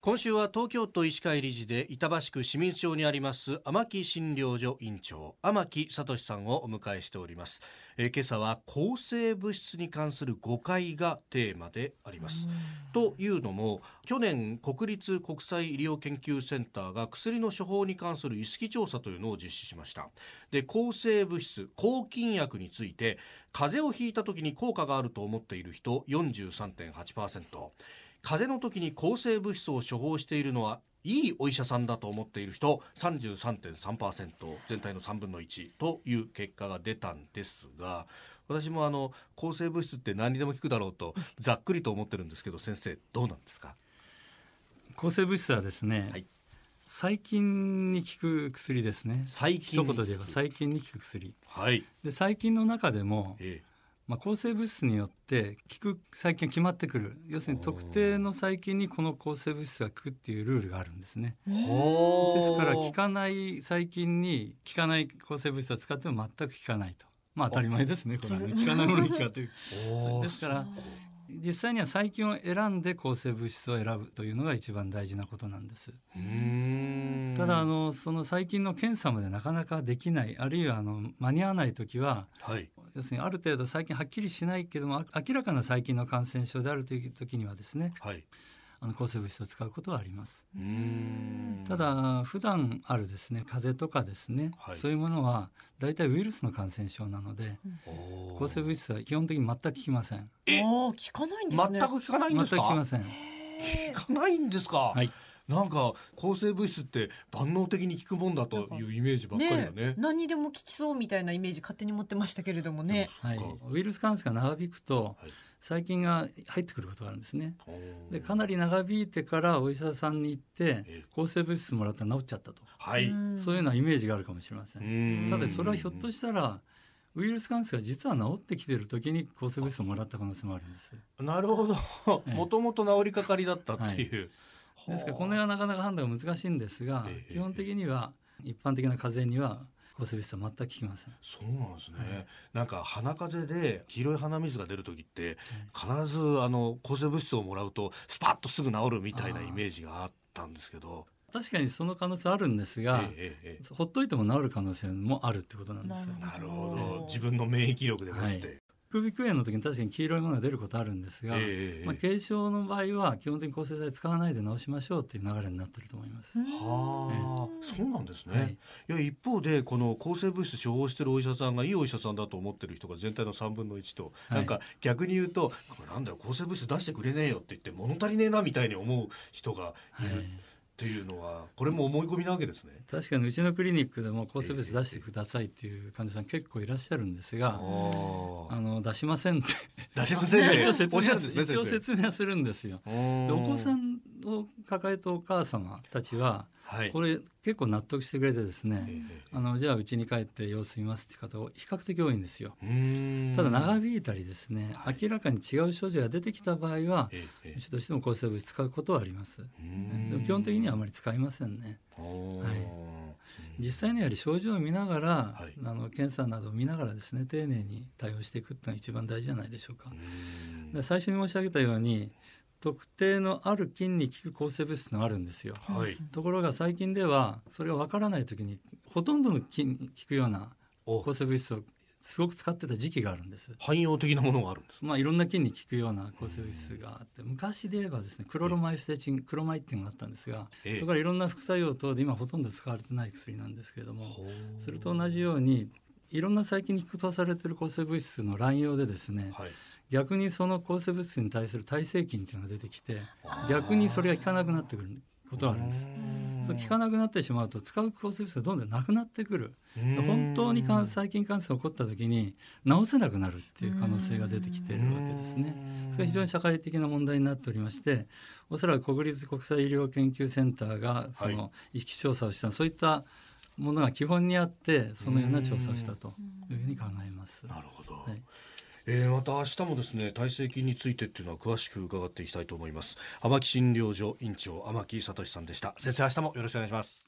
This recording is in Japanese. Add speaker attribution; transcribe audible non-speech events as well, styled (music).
Speaker 1: 今週は東京都医師会理事で板橋区市民町にあります天木診療所院長天木聡さんをお迎えしております、えー今朝は抗生物質に関する誤解がテーマでありますというのも去年国立国際医療研究センターが薬の処方に関する意識調査というのを実施しましたで抗生物質抗菌薬について風邪をひいた時に効果があると思っている人43.8%風邪の時に抗生物質を処方しているのはいいお医者さんだと思っている人33.3%全体の3分の1という結果が出たんですが私もあの抗生物質って何にでも効くだろうとざっくりと思ってるんですけど先生どうなんですか
Speaker 2: 抗生物質はですね、
Speaker 1: はい
Speaker 2: 細菌に効く薬ですね
Speaker 1: 細菌
Speaker 2: 一
Speaker 1: に効
Speaker 2: 言
Speaker 1: く
Speaker 2: で言えば細菌に効く薬
Speaker 1: はい、
Speaker 2: で細菌の中でも、
Speaker 1: ええ
Speaker 2: まあ、抗生物質によって効く細菌が決まってくる要するに特定の細菌にこの抗生物質が効くっていうルールがあるんですねで
Speaker 1: です
Speaker 2: から効かない細菌に効かない抗生物質を使っても全く効かないとまあ当たり前です
Speaker 1: (laughs)
Speaker 2: ねこれはね効かないものに効かってる
Speaker 1: おー
Speaker 2: ですから実際には細菌を選んで抗生物質を選ぶというのが一番大事なことなんです
Speaker 1: うーん
Speaker 2: ただあのその細菌の検査までなかなかできないあるいはあの間に合わない時は
Speaker 1: はい
Speaker 2: 要するにある程度細菌はっきりしないけどもあ明らかな細菌の感染症であるという時にはですね
Speaker 1: はい
Speaker 2: あの抗生物質を使うことはあります。
Speaker 1: うーん
Speaker 2: ただ普段あるですね風邪とかですね、
Speaker 1: はい
Speaker 2: そういうものは大体ウイルスの感染症なので
Speaker 1: おー
Speaker 2: 抗生物質は基本的に全く効きません
Speaker 1: え
Speaker 3: ああ聞かないんですね
Speaker 1: 全く効かないん
Speaker 2: 全
Speaker 1: で
Speaker 2: く
Speaker 1: すか
Speaker 2: 効きません
Speaker 1: 効かないんですか、
Speaker 2: はい
Speaker 1: なんか抗生物質って万能的に効くもんだというイメージばっかりだね
Speaker 3: ね何にでも効きそうみたいなイメージ勝手に持ってましたけれどもね
Speaker 2: はい
Speaker 1: そっ、
Speaker 2: ウイルス感染が長引くと
Speaker 1: はい
Speaker 2: 細菌が入ってくることがあるんですね
Speaker 1: おー
Speaker 2: でかなり長引いてからお医者さんに行って
Speaker 1: え
Speaker 2: 抗生物質もらったら治っちゃったと、
Speaker 1: はい
Speaker 2: そういうようなイメージがあるかもしれません
Speaker 1: うん
Speaker 2: ただそれはひょっとしたらウイルス感染が実は治ってきてる時に抗生物質をもらった可能性もあるんです
Speaker 1: なるほど
Speaker 2: ええ
Speaker 1: もともと治りかかりだったっていう、
Speaker 2: ですからこの辺はなかなか判断が難しいんですが、
Speaker 1: ええ
Speaker 2: 基本的には一般的な風邪には抗生物質は全く効きません。
Speaker 1: そうなんですね、なんか鼻風邪で黄色い鼻水が出る時って必ずあの抗生物質をもらうとスパッとすぐ治るみたいなイメージがあったんですけど
Speaker 2: 確かにその可能性はあるんですが、
Speaker 1: えええええ
Speaker 2: ほっといても治る可能性もあるってことなんですよ
Speaker 1: え。なるほ
Speaker 3: なるほ
Speaker 1: ど
Speaker 3: ど
Speaker 1: 自分の免疫力でもって、
Speaker 2: は副鼻腔炎の時に確かに黄色いものが出ることあるんですが、
Speaker 1: ええええ
Speaker 2: まあ、軽症の場合は基本的に抗生剤使わないで治しましょうっていう流れになってると思います。
Speaker 1: はあ、そうなんですね、
Speaker 2: はいい、
Speaker 1: や一方でこの抗生物質処方してるお医者さんがいいお医者さんだと思ってる人が全体の3分の1と、
Speaker 2: はい
Speaker 1: なんか逆に言うとこれなんだよ抗生物質出してくれねえよって言って物足りねえなみたいに思う人がいるっていうのは、これも思い込みなわけですね。
Speaker 2: 確かにうちのクリニックでも抗生物質出してくださいっていう患者さん結構いらっしゃるんですが、あの出しませんって
Speaker 1: 出しませんね。
Speaker 2: 一応説
Speaker 1: おっしゃる
Speaker 2: 明
Speaker 1: んですね
Speaker 2: 一応説明はするんですよ。でお
Speaker 1: お
Speaker 2: 子さ
Speaker 1: ん
Speaker 2: んを抱えたお母様たちは、
Speaker 1: はい
Speaker 2: これ結構納得してくれてですね、
Speaker 1: ええ
Speaker 2: あのじゃあうちに帰って様子見ますって方が比較的多いんですよ。
Speaker 1: うーん
Speaker 2: ただ長引いたりですね、
Speaker 1: はい
Speaker 2: 明らかに違う症状が出てきた場合は、
Speaker 1: えええ
Speaker 2: うちとしても抗生物質使うことはあります。
Speaker 1: えう
Speaker 2: で
Speaker 1: ーん
Speaker 2: も基本的にはあまり使いませんね。
Speaker 1: おー
Speaker 2: はい実際にやはり症状を見ながら、
Speaker 1: はい
Speaker 2: あの検査などを見ながらですね丁寧に対応していくっていうのが一番大事じゃないでしょうか。
Speaker 1: うーん
Speaker 2: で最初に申し上げたように特定のある菌に効く抗生物質があるんですよ。
Speaker 1: はい
Speaker 2: ところが最近ではそれが分からない時にほとんどの菌に効くような
Speaker 1: お
Speaker 2: 抗生物質をすごく使ってた時期があるんです。
Speaker 1: 汎用的なものがあるんです。
Speaker 2: まあ、いろんな菌に効くような抗生物質があって昔で言えばですねクロロマイフセチンクロマイっていうのがあったんですが
Speaker 1: ええ
Speaker 2: そこからいろんな副作用等で今ほとんど使われてない薬なんですけれども
Speaker 1: ほう
Speaker 2: それと同じようにいろんな細菌に効くとされている抗生物質の乱用でですね
Speaker 1: はい。
Speaker 2: 逆にその抗生物質に対する耐性菌っていうのが出てきて逆にそれが効かなくなってくることがあるんです。そう効かなくなってしまうと使う抗生物質がどんどんなくなってくる
Speaker 1: うん
Speaker 2: 本当に感細菌感染が起こった時に治せなくなるっていう可能性が出てきているわけですねそれが非常に社会的な問題になっておりましておそらく国立国際医療研究センターがそ
Speaker 1: は
Speaker 2: の意識調査をしたそういったものが基本にあってそのような調査をしたというふうに考えます。
Speaker 1: なるほど。
Speaker 2: はい
Speaker 1: えーまた明日もですね、耐性菌についてっていうのは詳しく伺っていきたいと思います。天木診療所院長、天木聡さんでした。先生、明日もよろしくお願いします。